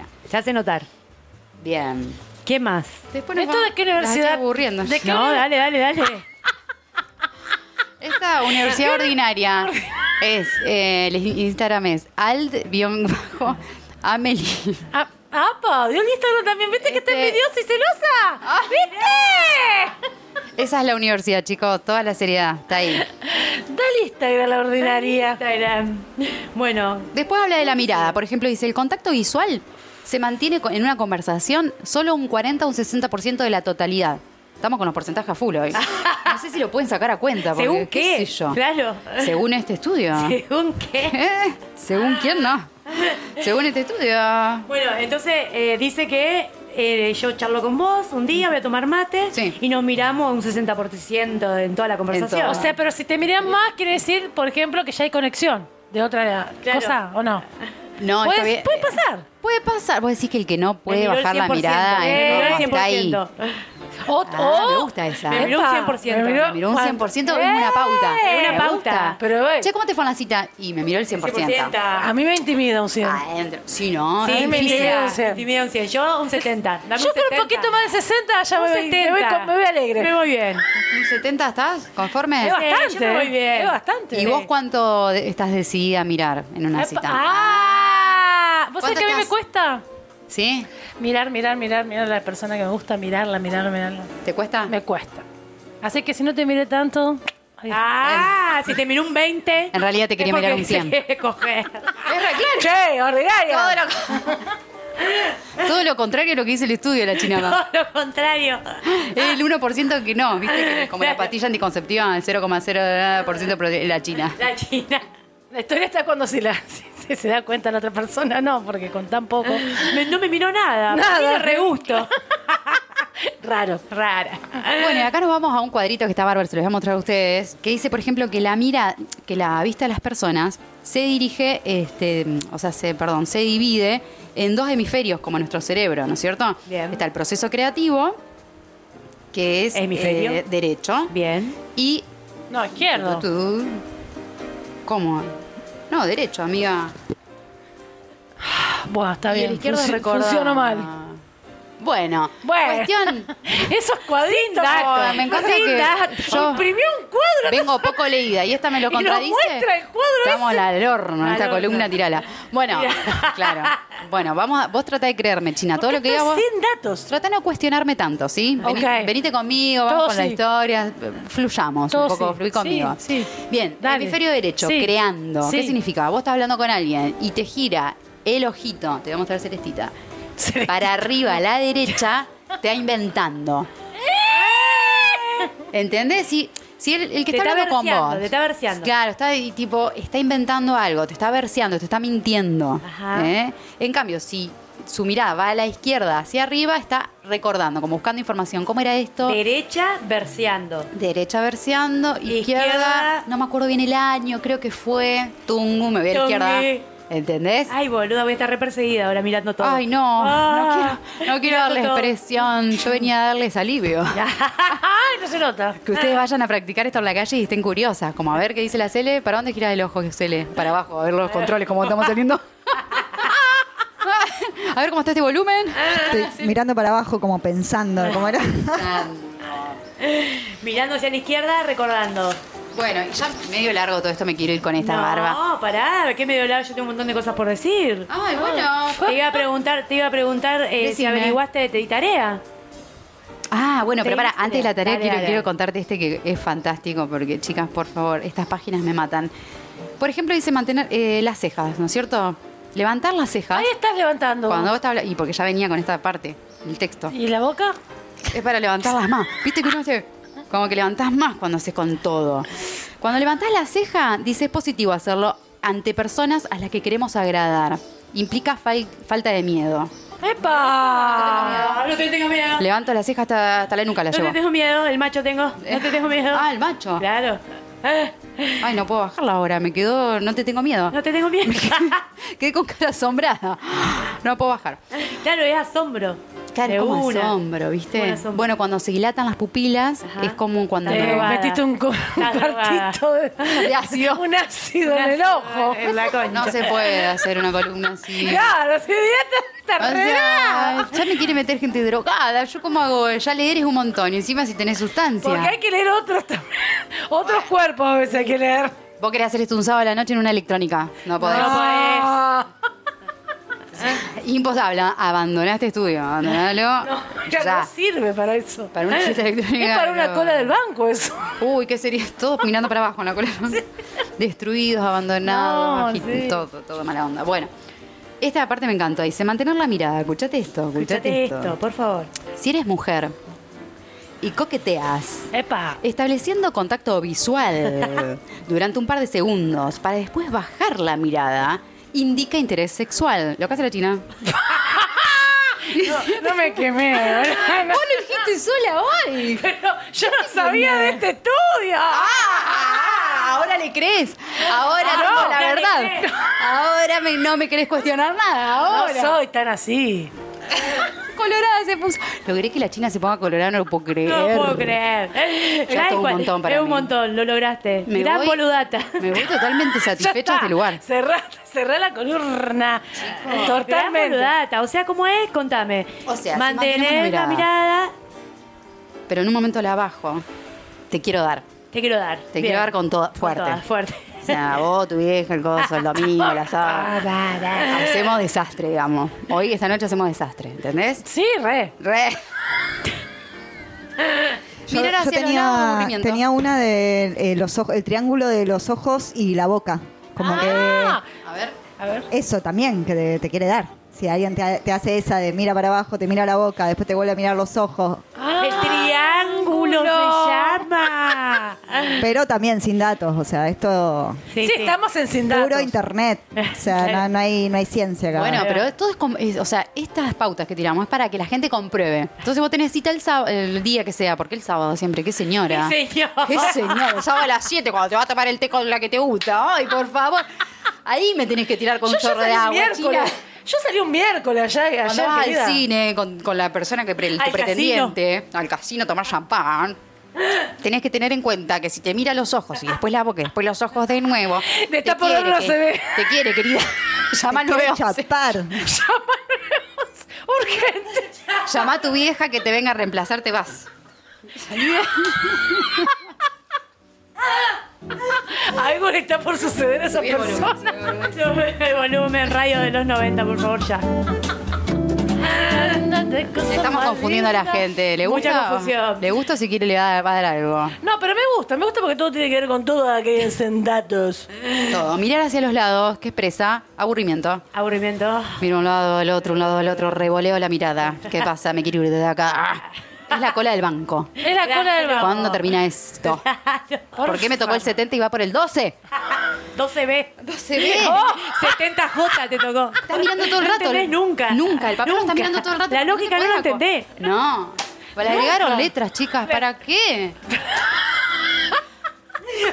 Speaker 4: nota. Se hace notar.
Speaker 3: Bien.
Speaker 4: ¿Qué más?
Speaker 3: Después
Speaker 5: ¿Esto de qué universidad?
Speaker 3: Está aburriendo.
Speaker 5: ¿De qué?
Speaker 4: No, dale, dale, dale.
Speaker 3: Esta universidad ordinaria es, eh, el Instagram es alt-amelie.
Speaker 5: Ah, ¡Apa! Dio el Instagram también. ¿Viste que está
Speaker 3: Este-
Speaker 5: envidiosa y celosa?
Speaker 3: Ah,
Speaker 5: ¿Viste?
Speaker 3: Esa es la universidad, chicos. Toda la seriedad está ahí.
Speaker 5: Dale Instagram a la ordinaria.
Speaker 4: Instagram. Bueno,
Speaker 3: Después habla de la mirada. Por ejemplo, dice, el contacto visual se mantiene co- en una conversación solo un 40 o un 60% de la totalidad. Estamos con los porcentajes a full hoy. No sé si lo pueden sacar a cuenta. Porque,
Speaker 4: ¿según qué?
Speaker 3: sé yo?
Speaker 4: Claro.
Speaker 3: Según este estudio.
Speaker 4: ¿Según qué?
Speaker 3: ¿Eh? ¿Según quién no? Según este estudio.
Speaker 4: Bueno, entonces eh, dice que eh, yo charlo con vos un día, voy a tomar mate
Speaker 3: Sí.
Speaker 4: y nos miramos un 60% en toda la conversación.
Speaker 3: todo.
Speaker 5: O sea, pero si te miran más, quiere decir, por ejemplo, que ya hay conexión de otra
Speaker 4: Claro.
Speaker 5: cosa, ¿o no?
Speaker 3: No,
Speaker 5: Puede-
Speaker 3: está bien.
Speaker 5: puede pasar.
Speaker 3: Puede pasar. Vos decís que el que no
Speaker 4: Me
Speaker 3: puede
Speaker 4: miró el
Speaker 3: bajar la
Speaker 4: 100%,
Speaker 3: mirada
Speaker 4: me miró
Speaker 3: es
Speaker 4: el
Speaker 3: como está ahí.
Speaker 4: 100%.
Speaker 5: O,
Speaker 3: Ah,
Speaker 5: o-
Speaker 3: me gusta esa.
Speaker 4: Me miró un
Speaker 5: Epa,
Speaker 4: 100%.
Speaker 5: me miró-
Speaker 3: Me miró un 100% es una pauta.
Speaker 5: Eh,
Speaker 4: Es una
Speaker 3: Me
Speaker 4: pauta.
Speaker 3: gusta.
Speaker 5: Pero, eh,
Speaker 3: Che, ¿cómo te fue en la cita? Y me miró el 100%.
Speaker 5: a mí me intimida un 100.
Speaker 3: Adentro. Sí, no.
Speaker 4: Sí,
Speaker 3: es
Speaker 5: Ay, me
Speaker 3: difícil.
Speaker 5: miró.
Speaker 4: intimida,
Speaker 5: un 100.
Speaker 4: intimida un 100. Yo un 70. Dame
Speaker 5: Yo
Speaker 4: un
Speaker 5: creo un
Speaker 4: 70.
Speaker 5: poquito más de 60, ya me
Speaker 4: Un
Speaker 5: voy, me voy
Speaker 4: 70.
Speaker 5: con- me voy alegre.
Speaker 4: Me voy bien.
Speaker 3: ¿Un 70 estás? ¿Conforme?
Speaker 5: Es
Speaker 4: Sí,
Speaker 5: bastante.
Speaker 4: yo me voy
Speaker 5: eh.
Speaker 4: bien.
Speaker 5: Es bastante.
Speaker 3: ¿Y vos cuánto de- estás decidida a mirar en una
Speaker 5: Epa,
Speaker 3: cita?
Speaker 5: ¡Ah! ¿Vos sabés
Speaker 3: ¿Cuánto
Speaker 5: que a mí me
Speaker 3: estás?
Speaker 5: cuesta?
Speaker 3: ¿Sí?
Speaker 5: Mirar, mirar, mirar, mirar a la persona que me gusta, mirarla, mirarla, mirarla.
Speaker 3: ¿Te cuesta?
Speaker 5: Me cuesta. Así que si no te miré tanto. ahí está.
Speaker 4: Ah, si te miró un 20.
Speaker 3: En realidad te quería
Speaker 4: es porque
Speaker 3: mirar un 100.
Speaker 4: se
Speaker 3: *laughs*
Speaker 4: quiere coger.
Speaker 5: Che, ordinario.
Speaker 3: Todo lo, *laughs* todo lo contrario a lo que dice el estudio de la chinada.
Speaker 4: Todo lo contrario.
Speaker 3: El 1% que no, ¿viste? Que Como la pastilla anticonceptiva, el 0,0% pro- la china.
Speaker 4: La china.
Speaker 5: La historia está cuando se, la, si- si se da cuenta la otra persona, no, porque con tan poco.
Speaker 4: Me- no me miró nada. Nada.
Speaker 5: Nada.
Speaker 4: Me regusto.
Speaker 5: *laughs* Raro.
Speaker 4: Rara.
Speaker 3: Bueno, y acá nos vamos a un cuadrito que está bárbaro, se los voy a mostrar a ustedes, que dice, por ejemplo, que la mira, que la vista de las personas se dirige, este, o sea, se, perdón, se divide en dos hemisferios, como nuestro cerebro, ¿no es cierto?
Speaker 4: Bien.
Speaker 3: Está el proceso creativo, que es
Speaker 4: Hemisferio.
Speaker 3: eh, derecho,
Speaker 4: Bien.
Speaker 3: y
Speaker 5: No, izquierdo.
Speaker 3: Tú- ¿Cómo? No, derecho, amiga.
Speaker 5: Bueno, está
Speaker 3: Y
Speaker 5: bien.
Speaker 3: el izquierdo
Speaker 5: Funci-
Speaker 3: recordá.
Speaker 5: Funciona mal.
Speaker 3: Bueno,
Speaker 5: Bueno. *laughs*
Speaker 3: cuestión,
Speaker 5: Esos cuadritos.
Speaker 4: Sin datos.
Speaker 3: me encanta
Speaker 4: Sin
Speaker 3: que
Speaker 4: datos.
Speaker 3: yo-
Speaker 4: Imprimió un cuadro.
Speaker 3: vengo poco leída y esta me lo
Speaker 4: Y nos
Speaker 3: contradice.
Speaker 4: muestra el cuadro
Speaker 3: Estamos
Speaker 4: ese.
Speaker 3: al horno, en
Speaker 4: Al
Speaker 3: esta
Speaker 4: horno.
Speaker 3: columna tirala.
Speaker 4: *laughs*
Speaker 3: Bueno, *laughs* claro. Bueno, vamos a, vos tratá de creerme, China, todo
Speaker 5: Porque
Speaker 3: lo que digas
Speaker 5: estás
Speaker 3: vos.
Speaker 5: sin datos.
Speaker 3: Tratá de no cuestionarme tanto, ¿sí? Vení-
Speaker 5: Ok.
Speaker 3: Venite conmigo, vamos
Speaker 5: Todo
Speaker 3: con la
Speaker 5: sí.
Speaker 3: historia, eh, fluyamos
Speaker 5: Todo
Speaker 3: un poco,
Speaker 5: sí.
Speaker 3: fluí conmigo.
Speaker 5: Sí, sí.
Speaker 3: Bien,
Speaker 5: Dale.
Speaker 3: hemisferio derecho,
Speaker 5: Sí.
Speaker 3: creando. ¿Qué
Speaker 5: Sí.
Speaker 3: significa? Vos estás hablando con alguien y te gira el ojito, te voy a mostrar Celestita, para arriba a la derecha, te va
Speaker 5: *laughs*
Speaker 3: inventando. ¿Entendés? Si, si el, el que está
Speaker 4: Te está
Speaker 3: hablando con
Speaker 4: verseando,
Speaker 3: vos.
Speaker 4: te está verseando.
Speaker 3: Claro, está ahí, tipo, está inventando algo, te está verseando, te está mintiendo.
Speaker 4: Ajá.
Speaker 3: ¿eh? En cambio, si su mirada va a la izquierda, hacia arriba, está recordando, como buscando información. ¿Cómo era esto?
Speaker 4: Derecha verseando.
Speaker 3: Derecha verseando,
Speaker 4: Izquierda.
Speaker 3: izquierda, no me acuerdo bien el año, creo que fue Tungu, me voy a la izquierda.
Speaker 4: Tungu.
Speaker 3: ¿Entendés?
Speaker 4: Ay, boluda, voy a estar re perseguida ahora mirando todo.
Speaker 3: Ay, no,
Speaker 4: Ah,
Speaker 3: no quiero, no quiero
Speaker 4: mirando
Speaker 3: darles
Speaker 4: todo.
Speaker 3: presión, yo venía a darles alivio.
Speaker 5: *laughs* Ay, no se nota.
Speaker 3: Que ustedes vayan a practicar esto en la calle y estén curiosas, como a ver qué dice la Cele, ¿para dónde gira el ojo Cele? Para abajo, a ver los controles, cómo estamos saliendo. *laughs* a
Speaker 4: *laughs*
Speaker 3: ver cómo está este volumen. Ah,
Speaker 6: Estoy mirando para abajo como pensando, como era.
Speaker 4: Mirando hacia la izquierda, recordando.
Speaker 3: Bueno, ya medio largo todo esto, me quiero ir con esta
Speaker 4: no,
Speaker 3: barba.
Speaker 4: pará, qué medio largo, yo tengo un montón de cosas por decir.
Speaker 5: Ah,
Speaker 3: Ay, bueno.
Speaker 4: Te iba a preguntar, te iba a preguntar eh, si
Speaker 3: Decime.
Speaker 4: averiguaste de Teddy Tarea.
Speaker 3: Ah, bueno, pero para,
Speaker 4: Tenés
Speaker 3: antes de la tarea
Speaker 4: tarea,
Speaker 3: quiero,
Speaker 4: dale.
Speaker 3: quiero contarte este que es fantástico, porque chicas, por favor, estas páginas me matan. Por ejemplo, dice mantener eh, las cejas, ¿no es cierto? Levantar las cejas.
Speaker 5: Ahí estás levantando.
Speaker 3: Cuando vos te habla- y porque ya venía con esta parte, el texto.
Speaker 5: ¿Y la boca?
Speaker 3: Es para levantarlas más. ¿Viste que uno se- Como que levantás más cuando haces con todo. Cuando levantás la ceja, dice es positivo hacerlo ante personas a las que queremos agradar. Implica fal- falta de miedo.
Speaker 5: ¡Epa!
Speaker 4: Ah, no te tengo miedo.
Speaker 3: Levanto la ceja hasta, hasta la nuca la
Speaker 4: No
Speaker 3: llevo.
Speaker 4: te tengo miedo, el macho tengo. No te tengo miedo.
Speaker 3: Ah, el macho.
Speaker 4: Claro. Ah,
Speaker 3: Ay, no puedo bajarla ahora. Me quedó. No te tengo miedo.
Speaker 4: No te tengo
Speaker 3: *laughs*
Speaker 4: miedo. *laughs*
Speaker 3: Quedé con cara asombrada. No puedo bajar.
Speaker 4: claro, es asombro. De
Speaker 3: Claro, como
Speaker 4: una.
Speaker 3: asombro,
Speaker 4: Un
Speaker 3: ¿viste?
Speaker 4: asombro.
Speaker 3: Bueno, cuando se dilatan las pupilas,
Speaker 4: Ajá.
Speaker 3: es como cuando.
Speaker 4: Está
Speaker 5: Eh,
Speaker 4: drogada.
Speaker 5: metiste un, co- un
Speaker 4: Está
Speaker 5: *laughs*
Speaker 4: drogada.
Speaker 5: cartito de,
Speaker 3: De ácido.
Speaker 5: *laughs* Un ácido
Speaker 4: Un
Speaker 5: en el
Speaker 4: ácido
Speaker 5: ojo.
Speaker 4: en la concha.
Speaker 3: No se puede hacer una columna
Speaker 4: *laughs*
Speaker 3: así.
Speaker 5: Claro, si dieta está
Speaker 3: O
Speaker 5: re-
Speaker 3: sea, ya me quiere meter gente drogada. ¿Yo cómo hago? Ya leer es un montón. Y encima si tenés sustancia.
Speaker 5: Porque hay que leer otros tam- otros cuerpos a veces hay que leer.
Speaker 3: Vos querés hacer esto un sábado a la noche en una electrónica. No podés.
Speaker 4: No podés.
Speaker 5: Ah,
Speaker 3: Imposible. Abandonás este estudio. Abandonalo.
Speaker 5: ya,
Speaker 3: ya.
Speaker 5: no sirve para eso.
Speaker 3: Para una cita electrónica,
Speaker 5: Es para una
Speaker 3: no.
Speaker 5: cola del banco eso.
Speaker 3: Uy, ¿qué sería? *laughs* Todos mirando para abajo en la cola. Destruidos, abandonados,
Speaker 5: No,
Speaker 3: agi-
Speaker 5: sí.
Speaker 3: todo, todo mala onda. Bueno, esta parte me encantó. Dice, mantener la mirada. Escuchate esto, escuchate
Speaker 4: Escuchate
Speaker 3: esto.
Speaker 4: esto, por favor.
Speaker 3: Si eres mujer y coqueteas,
Speaker 5: Epa.
Speaker 3: estableciendo contacto
Speaker 5: *laughs*
Speaker 3: visual durante un par de segundos para después bajar la mirada, indica interés sexual. Lo que hace la china.
Speaker 5: *laughs* No me
Speaker 3: *laughs*
Speaker 5: quemé. ¿verdad? No,
Speaker 3: dijiste sola hoy!
Speaker 5: pero yo no sabía de este estudio.
Speaker 3: Ah, ahora le crees. Ahora no,
Speaker 5: no,
Speaker 3: la
Speaker 5: ya le
Speaker 3: verdad.
Speaker 5: creo.
Speaker 3: Ahora me- no me querés cuestionar nada.
Speaker 5: No
Speaker 3: Ahora.
Speaker 5: soy tan así.
Speaker 3: Colorada se puso. Logré que la China se ponga colorada, no lo puedo creer.
Speaker 4: No lo puedo creer. *laughs*
Speaker 3: Ya
Speaker 4: Tal
Speaker 3: es todo un
Speaker 4: cual.
Speaker 3: montón para
Speaker 4: Es un
Speaker 3: mí.
Speaker 4: montón, lo lograste.
Speaker 3: Me
Speaker 4: Gran
Speaker 3: voy- *laughs*
Speaker 4: boludata.
Speaker 3: Me voy totalmente
Speaker 5: Ya
Speaker 3: satisfecha de
Speaker 5: está.
Speaker 3: este lugar.
Speaker 5: Cerrá, cerrá la columna.
Speaker 4: Gran
Speaker 5: Totalmente.
Speaker 4: boludata. O sea, ¿cómo es? Contame.
Speaker 3: O sea, si
Speaker 4: mantener
Speaker 3: mantenemos la
Speaker 4: la mirada.
Speaker 3: Pero en un momento la bajo. Te quiero dar.
Speaker 4: Te quiero dar.
Speaker 3: Te quiero dar con toda- fuerte.
Speaker 4: toda, fuerte.
Speaker 3: O sea, vos, tu vieja, el coso, el domingo, la sábado. Hacemos desastre, digamos. Hoy, esta noche hacemos desastre, ¿entendés?
Speaker 5: Sí, re.
Speaker 3: Re.
Speaker 6: Yo,
Speaker 3: Mirar
Speaker 6: yo
Speaker 3: hacia los lados,
Speaker 6: tenía,
Speaker 3: aburrimiento.
Speaker 6: tenía una de eh, los ojos, el triángulo de los ojos y la boca. Como
Speaker 5: Ah,
Speaker 3: A ver.
Speaker 5: a ver.
Speaker 6: que eso también que te, te quiere dar. Si alguien te, te hace esa de mira para abajo, te mira la boca, después te vuelve a mirar los ojos.
Speaker 4: El triángulo
Speaker 3: *laughs*
Speaker 4: se llama.
Speaker 3: Ah.
Speaker 6: Pero también sin datos, o sea, esto
Speaker 5: Sí, estamos en sin
Speaker 6: puro
Speaker 5: datos.
Speaker 6: internet. O
Speaker 3: *laughs*
Speaker 6: sea, no, no hay, no hay ciencia acá.
Speaker 3: Bueno, pero todo es, com- es- O sea, estas pautas que tiramos es para que la gente compruebe. Entonces vos tenés cita el, sáb- el día que sea, porque el sábado siempre, qué señora.
Speaker 4: Sí, señor.
Speaker 3: Qué señora. El sábado a las 7 cuando te vas a tomar el té con la que te gusta. Ay, por favor. Ahí me tenés que tirar con
Speaker 5: Yo,
Speaker 3: un
Speaker 5: ya
Speaker 3: chorro
Speaker 5: salí
Speaker 3: de
Speaker 5: un
Speaker 3: agua.
Speaker 5: miércoles.
Speaker 3: China.
Speaker 5: Yo salí un miércoles allá, allá
Speaker 3: Cuando vas
Speaker 5: querida.
Speaker 3: al cine con, con la persona que pre- tu
Speaker 4: Al
Speaker 3: pretendiente, al casino, tomar champán. Tenés que tener en cuenta que si te mira los ojos y después la boca, y después los ojos de nuevo.
Speaker 5: De esta por ahora no
Speaker 3: que-
Speaker 5: se ve.
Speaker 3: Te quiere, querida. *laughs* Llama al
Speaker 6: Te quiere
Speaker 3: 911. *laughs*
Speaker 6: chapar. *laughs*
Speaker 5: Llamarnos urgente.
Speaker 3: Llama a tu vieja que te venga a reemplazar, te vas.
Speaker 5: Algo le está por suceder a esa persona.
Speaker 4: El volumen radio de los 90, por favor, ya.
Speaker 3: Estamos confundiendo a la gente. ¿Le gusta?
Speaker 4: Mucha confusión.
Speaker 3: ¿Le gusta o si quiere le va, a- va a dar algo?
Speaker 5: No, pero me gusta, me gusta porque todo tiene que ver con todo aquí en Sin datos.
Speaker 3: Todo. Mirar hacia los lados, que expresa aburrimiento.
Speaker 4: Aburrimiento.
Speaker 3: Miro un lado, al otro, un lado, al otro, revoleo la mirada. ¿Qué pasa? Me quiero ir de acá. Ah. Es la cola del banco.
Speaker 5: Es la cola del banco.
Speaker 3: ¿Cuándo termina
Speaker 4: *laughs*
Speaker 3: esto? ¿Por qué me tocó el 70 y va por el 12?
Speaker 4: 12B.
Speaker 3: 12B.
Speaker 4: Oh, 70J te tocó.
Speaker 3: Estás mirando todo el rato.
Speaker 4: Oh. No entendés nunca.
Speaker 3: Nunca. El papel lo está
Speaker 4: Nunca.
Speaker 3: mirando todo el rato.
Speaker 4: La
Speaker 3: ¿Por qué
Speaker 4: lógica no
Speaker 3: podés
Speaker 4: la
Speaker 3: aco-
Speaker 4: entendés.
Speaker 3: No. Le agregaron letras, chicas. ¿Para qué?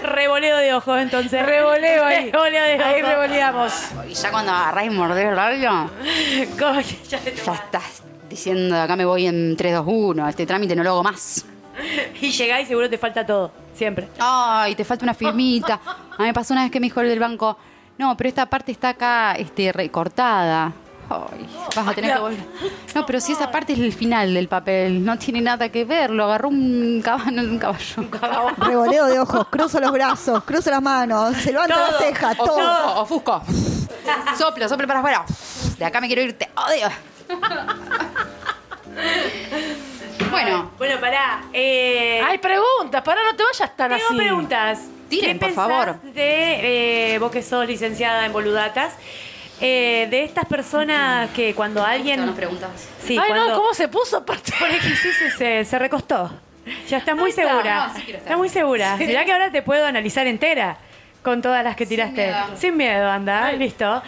Speaker 4: Revoleo de ojos, entonces.
Speaker 5: Revoleo ahí.
Speaker 4: Revoleo de ojos.
Speaker 5: Ahí revoleamos.
Speaker 3: Y ya cuando agarrás y mordés el labio,
Speaker 4: Como que ya te
Speaker 3: ya
Speaker 4: tomás.
Speaker 3: estás diciendo, acá me voy en 3, 2, 1. Este trámite no lo hago más.
Speaker 4: Y llegás y seguro te falta todo. Siempre.
Speaker 3: Ay, te falta una firmita. A mí me pasó una vez que me dijo el del banco, no, pero esta parte está acá este, recortada. Ay, vas a tener que volver. No, pero si esa parte es el final del papel, no tiene nada que ver, lo agarró un caballo. Un caballo.
Speaker 6: Revoleo de ojos, cruzo los brazos, cruzo las manos, se levanta la ceja,
Speaker 3: O
Speaker 6: todo.
Speaker 3: fusco, o fusco. Soplo, soplo para afuera. De acá me quiero irte. Odio. Bueno,
Speaker 4: Bueno, pará. Eh,
Speaker 5: Hay preguntas, para no te vayas tan
Speaker 4: tengo
Speaker 5: así.
Speaker 4: preguntas.
Speaker 3: Tiren,
Speaker 4: ¿Qué
Speaker 3: por
Speaker 4: pensás
Speaker 3: favor.
Speaker 4: De eh, vos que sos licenciada en boludatas, eh, de estas personas que cuando alguien.
Speaker 3: nos preguntas.
Speaker 4: Sí,
Speaker 5: Ay,
Speaker 4: cuando-
Speaker 5: no, ¿cómo se
Speaker 4: *laughs*
Speaker 5: puso aparte?
Speaker 4: Por X se, se, se recostó. Ya está muy
Speaker 3: está.
Speaker 4: segura.
Speaker 3: No, sí quiero estar.
Speaker 4: está muy segura. Mirá que ahora te puedo analizar entera con todas las que
Speaker 3: Sin
Speaker 4: tiraste.
Speaker 3: miedo.
Speaker 4: Sin miedo, anda, listo.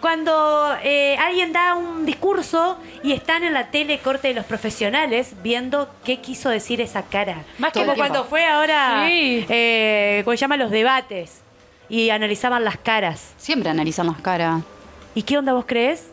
Speaker 4: Cuando eh, alguien da un discurso y están en la tele corte de los profesionales viendo qué quiso decir esa cara.
Speaker 5: Más
Speaker 3: que
Speaker 4: como
Speaker 3: el tiempo.
Speaker 4: cuando fue ahora,
Speaker 5: Sí.
Speaker 4: eh, ¿cómo se llama? Los debates y analizaban las caras.
Speaker 3: Siempre analizan las caras.
Speaker 4: ¿Y qué onda vos crees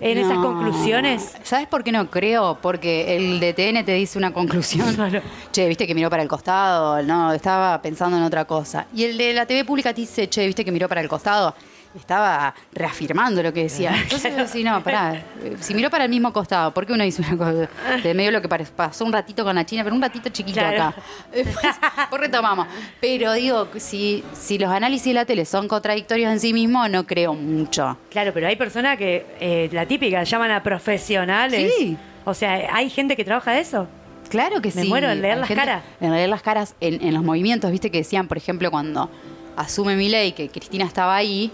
Speaker 4: en esas
Speaker 3: No.
Speaker 4: conclusiones?
Speaker 3: ¿Sabes por qué no creo? Porque el DTN te dice una conclusión.
Speaker 4: *laughs* Claro.
Speaker 3: Che, viste que miró para el costado, no, estaba pensando en otra cosa. Y el de la TV pública te dice, che, viste que miró para el costado, estaba reafirmando lo que
Speaker 4: *laughs*
Speaker 3: decía. Entonces, sí, no, pará, eh, si miró para el mismo costado, ¿por qué uno dice una cosa? De medio lo que pare- pasó un ratito con la China, pero un ratito chiquito
Speaker 4: Claro.
Speaker 3: acá. Después, después retomamos. Pero digo, si, si los análisis de la tele son contradictorios en sí mismos, no creo mucho.
Speaker 4: Claro, pero hay personas que, eh, la típica, llaman a profesionales.
Speaker 3: Sí.
Speaker 4: O sea, ¿hay gente que trabaja de eso?
Speaker 3: Claro que
Speaker 4: Me
Speaker 3: sí.
Speaker 4: muero en leer
Speaker 3: Hay
Speaker 4: las
Speaker 3: gente-
Speaker 4: caras.
Speaker 3: En leer las caras, en, en los movimientos, viste que decían, por ejemplo, cuando asume Milei que Cristina estaba ahí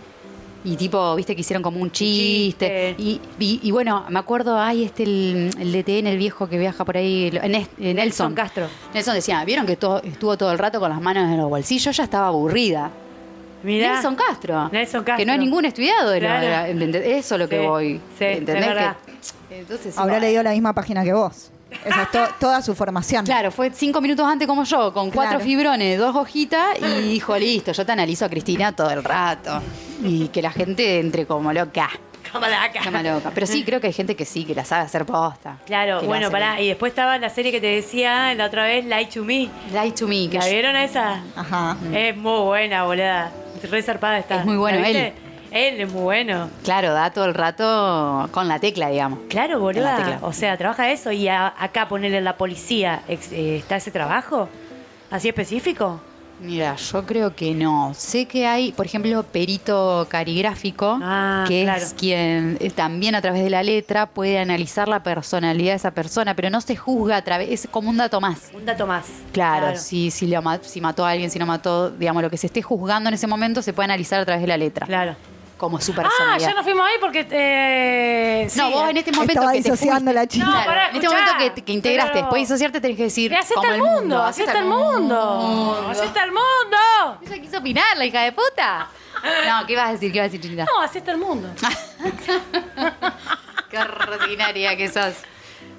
Speaker 3: y tipo, viste que hicieron como un chiste.
Speaker 4: Chiste.
Speaker 3: Y, y- y bueno, me acuerdo, ay, este el, el DTN, el viejo que viaja por ahí, lo- Nes- eh, Nelson.
Speaker 4: Nelson Castro.
Speaker 3: Nelson decía, vieron que to- estuvo todo el rato con las manos en los bolsillos, Yo ya estaba aburrida.
Speaker 4: Mirá.
Speaker 3: Nelson Castro.
Speaker 4: Nelson Castro.
Speaker 3: Que no es ningún estudiado, era,
Speaker 4: Claro.
Speaker 3: era- ¿entendés? eso es lo que
Speaker 4: Sí,
Speaker 3: voy.
Speaker 4: sí,
Speaker 3: ¿entendés?
Speaker 4: es verdad.
Speaker 3: Que- entonces,
Speaker 6: Habrá
Speaker 3: bueno.
Speaker 6: leído la misma página que vos.
Speaker 3: *laughs*
Speaker 6: Esa es to- toda su formación.
Speaker 3: Claro, fue cinco minutos antes como yo, con cuatro
Speaker 6: Claro.
Speaker 3: fibrones, dos hojitas, y dijo, listo, yo te analizo a Cristina todo el rato. Y que la gente entre como loca. Como loca. Pero sí, creo que hay gente que sí, que la sabe hacer posta.
Speaker 4: Claro,
Speaker 3: Que la
Speaker 4: bueno,
Speaker 3: hace
Speaker 4: pará.
Speaker 3: bien.
Speaker 4: Y después estaba la serie que te decía la otra vez, Light to Me.
Speaker 3: Lie to Ah. me, que
Speaker 4: ¿La
Speaker 3: yo-
Speaker 4: vieron a esa?
Speaker 6: Ajá.
Speaker 4: Es muy buena, boluda. Re zarpada está.
Speaker 3: Es muy bueno,
Speaker 4: ¿La viste? Él es muy bueno.
Speaker 3: claro, da todo el rato con la tecla, digamos.
Speaker 4: Claro,
Speaker 3: la
Speaker 4: boluda.
Speaker 3: tecla.
Speaker 4: O sea, trabaja eso y a- acá ponerle la policía. ex- eh, ¿Está ese trabajo? ¿Así específico?
Speaker 3: Mira, yo creo que no. Sé que hay, por ejemplo, perito carigráfico,
Speaker 4: Ah,
Speaker 3: que
Speaker 4: claro.
Speaker 3: es quien eh, también a través de la letra puede analizar la personalidad de esa persona, pero no se juzga a través, es como un dato más.
Speaker 4: Un dato más.
Speaker 3: Claro, Si, si, lo ma- si mató a alguien, si no mató, digamos, lo que se esté juzgando en ese momento se puede analizar a través de la letra,
Speaker 4: Claro.
Speaker 3: como su
Speaker 5: Ah,
Speaker 3: personalidad.
Speaker 5: ya nos fuimos ahí porque. Eh, sí.
Speaker 3: no, vos en este momento
Speaker 6: Estaba
Speaker 3: que te
Speaker 6: disociando
Speaker 3: fuiste-
Speaker 6: la chica.
Speaker 5: No,
Speaker 3: Claro,
Speaker 5: pará,
Speaker 3: en este
Speaker 5: escuchá.
Speaker 3: momento que, te- que integraste,
Speaker 5: Pero-
Speaker 3: después de disociarte tenés que decir
Speaker 5: Y así está
Speaker 3: como
Speaker 5: el mundo, así está el mundo.
Speaker 3: mundo.
Speaker 5: Así está el mundo.
Speaker 3: Ella quiso opinar, la hija de puta. No, ¿qué vas a decir? ¿Qué vas a decir,
Speaker 4: *laughs*
Speaker 3: Chinita?
Speaker 5: No, así está el mundo.
Speaker 3: Qué ordinaria que sos.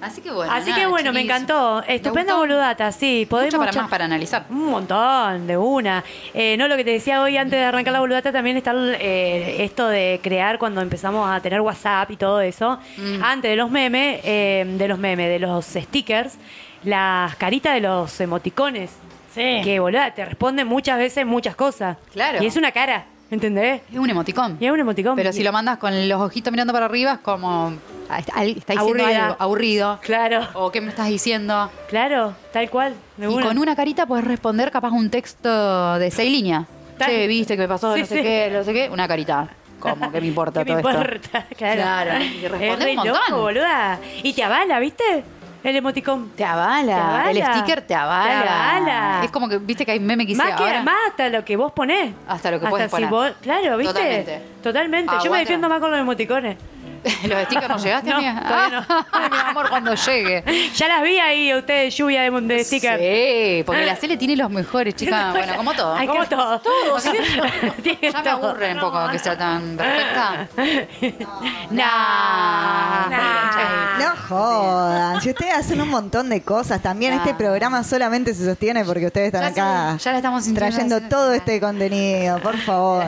Speaker 3: Así que bueno.
Speaker 4: Así
Speaker 3: nada,
Speaker 4: que bueno, me
Speaker 3: chiquis.
Speaker 4: encantó.
Speaker 3: ¿Te
Speaker 4: Estupenda
Speaker 3: gustó?
Speaker 4: boludata, sí. Podemos
Speaker 3: Mucho para
Speaker 4: cha-
Speaker 3: más para analizar.
Speaker 4: Un montón, de una. Eh, no, lo que te decía hoy antes de arrancar la boludata también está eh, esto de crear cuando empezamos a tener WhatsApp y todo eso.
Speaker 3: Mm.
Speaker 4: Antes de los memes, eh, de los memes, de los stickers, las caritas de los emoticones.
Speaker 5: Sí.
Speaker 4: Que boluda, te responden muchas veces muchas cosas.
Speaker 3: Claro.
Speaker 4: Y es una cara, ¿entendés?
Speaker 3: Es un emoticón.
Speaker 4: Y es un emoticón.
Speaker 3: Pero si lo mandas con los ojitos mirando para arriba, es como. ah, Está, ahí está diciendo
Speaker 4: Aburrida.
Speaker 3: algo aburrido.
Speaker 4: Claro,
Speaker 3: O qué me estás diciendo.
Speaker 4: claro, tal cual. de
Speaker 3: Y con una carita puedes responder capaz un texto de seis líneas.
Speaker 4: Tal-
Speaker 3: Che, viste que me pasó,
Speaker 4: Sí,
Speaker 3: no sé
Speaker 4: sí.
Speaker 3: qué, no sé qué. Una carita. Como, ¿qué me importa
Speaker 4: ¿Qué
Speaker 3: todo
Speaker 4: me
Speaker 3: esto?
Speaker 4: importa? *laughs* Claro.
Speaker 3: Claro, y responde
Speaker 4: Es re
Speaker 3: un montón.
Speaker 4: loco, boluda. Y te avala, ¿viste? El emoticón.
Speaker 3: Te avala.
Speaker 4: Te avala.
Speaker 3: El sticker te avala.
Speaker 4: Te avala.
Speaker 3: Es como que, viste que hay meme que dice
Speaker 4: más, que,
Speaker 3: ahora-
Speaker 4: más hasta lo que vos ponés.
Speaker 3: Hasta lo que
Speaker 4: Hasta
Speaker 3: podés
Speaker 4: si
Speaker 3: poner.
Speaker 4: vos- claro, ¿viste?
Speaker 3: Totalmente. Ah,
Speaker 4: Totalmente. Yo
Speaker 3: Aguanta.
Speaker 4: me defiendo más con
Speaker 3: *laughs*
Speaker 4: los emoticones.
Speaker 3: *laughs* ¿Los stickers no llegaste,
Speaker 4: No,
Speaker 3: amiga?
Speaker 4: todavía no.
Speaker 3: *laughs* Ay, mi amor, cuando llegue.
Speaker 4: Ya las vi ahí a ustedes, lluvia de, de stickers.
Speaker 3: Sí, porque la Cele tiene los mejores,
Speaker 4: *laughs*
Speaker 3: chicas. Bueno, como todo.
Speaker 4: Ay, como todo. *laughs*
Speaker 3: Todo, sí.
Speaker 4: Tiene
Speaker 3: *laughs* Ya me
Speaker 4: todo.
Speaker 3: aburre un poco que sea tan perfecta.
Speaker 4: *laughs* Nah.
Speaker 3: Ah,
Speaker 6: No jodan, si ustedes hacen un montón de cosas, también
Speaker 3: Claro.
Speaker 6: este programa solamente se sostiene porque ustedes están
Speaker 3: Ya
Speaker 6: acá
Speaker 3: se- ya la estamos sintiendo,
Speaker 6: trayendo
Speaker 3: sí,
Speaker 6: todo
Speaker 3: sí.
Speaker 6: este contenido, por favor.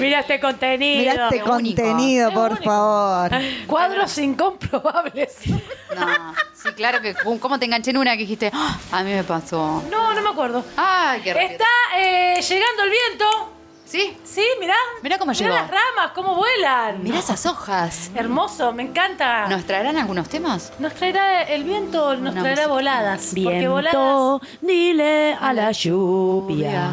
Speaker 4: Mira este contenido.
Speaker 6: Mirá este
Speaker 3: único.
Speaker 6: contenido, por favor.
Speaker 5: Cuadros incomprobables. *laughs*
Speaker 3: No, sí, claro que cómo te enganché en una que dijiste, "Ah, a mí me pasó.
Speaker 5: No, no me acuerdo.
Speaker 3: Ay, qué rápido.
Speaker 5: Está eh, llegando el viento.
Speaker 3: ¿Sí?
Speaker 5: Sí, mirá.
Speaker 3: Mirá cómo
Speaker 5: mirá
Speaker 3: llegó.
Speaker 5: las ramas, cómo vuelan.
Speaker 3: Mirá esas hojas.
Speaker 5: Hermoso, me encanta.
Speaker 3: ¿Nos traerán algunos temas?
Speaker 5: Nos traerá el viento, nos
Speaker 3: Una
Speaker 5: traerá
Speaker 3: música.
Speaker 5: voladas. Porque voladas.
Speaker 4: Viento, dile a la lluvia.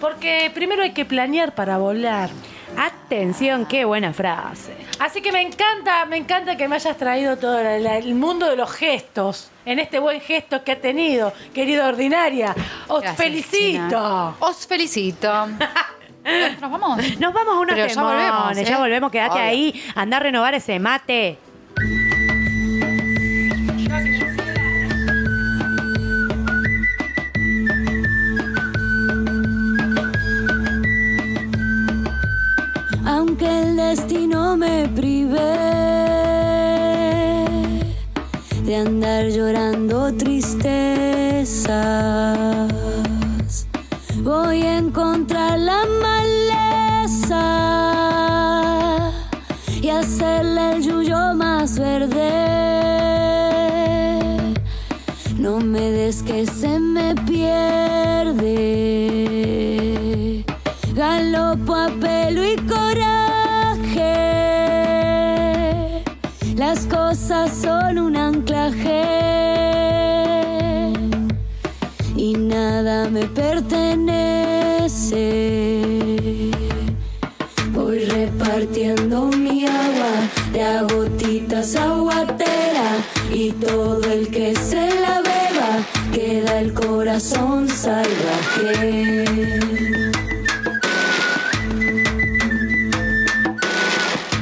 Speaker 5: Porque primero hay que planear para volar.
Speaker 4: Atención, qué buena frase.
Speaker 5: Así que me encanta, me encanta que me hayas traído todo la- la- el mundo de los gestos. En este buen gesto que ha tenido, querida ordinaria. Os
Speaker 3: Gracias,
Speaker 5: felicito.
Speaker 3: China. Os felicito.
Speaker 5: *laughs*
Speaker 3: ¿Nos vamos?
Speaker 4: Nos vamos a unos
Speaker 3: Pero ya
Speaker 4: temones,
Speaker 3: volvemos, ¿eh?
Speaker 4: ya volvemos, quédate
Speaker 3: Obvio.
Speaker 4: ahí, anda a renovar ese mate.
Speaker 7: aunque el destino me prive de andar llorando tristezas. Voy a encontrar la maleza y hacerle el yuyo más verde. No me des que se me pierde. Galopo a pelo y coraje. Las cosas son un anclaje. Y nada me pertenece. Voy repartiendo mi agua de a gotitas aguatera y todo el que se la beba queda el corazón salvaje.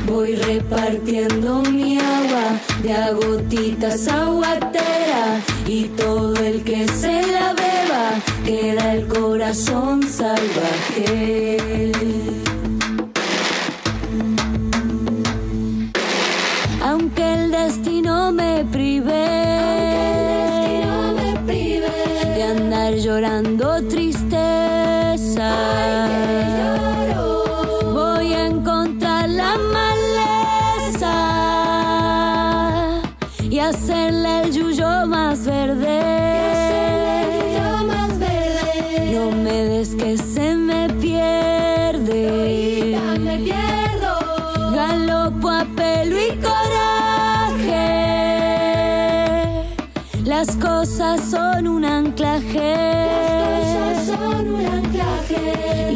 Speaker 7: Voy repartiendo mi agua de a gotitas aguatera y todo el que se la beba queda el corazón salvaje. aunque el destino me prive, de andar llorando tristeza. Voy a encontrar la maleza y hacerle el yuyo más verde. No me des que se me pierde. me pierdo. Galopo a pelo y coraje. Las cosas son un anclaje.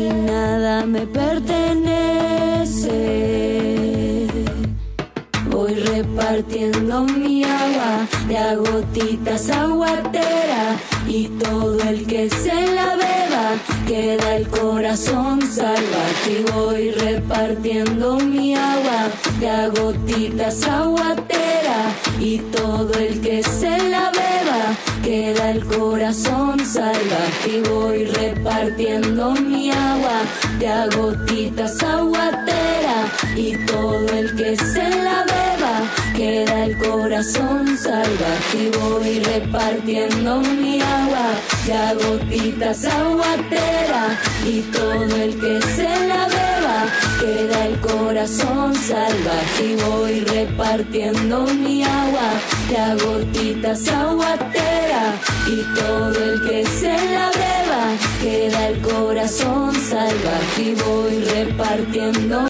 Speaker 7: Y nada me pertenece. Voy repartiendo mi agua de a gotitas aguatera y todo el que se la beba queda el corazón salvaje. Y Voy repartiendo mi agua de a gotitas aguatera y todo el que se la beba queda el corazón salvaje. Y Voy repartiendo mi agua de a gotitas aguatera y todo el que se la beba queda el corazón salvaje y voy repartiendo mi agua y a gotitas aguatera y todo el que se la beba queda el corazón salvaje y voy repartiendo mi agua y a gotitas aguatera y todo el que se la beba queda el corazón salvaje y voy repartiendo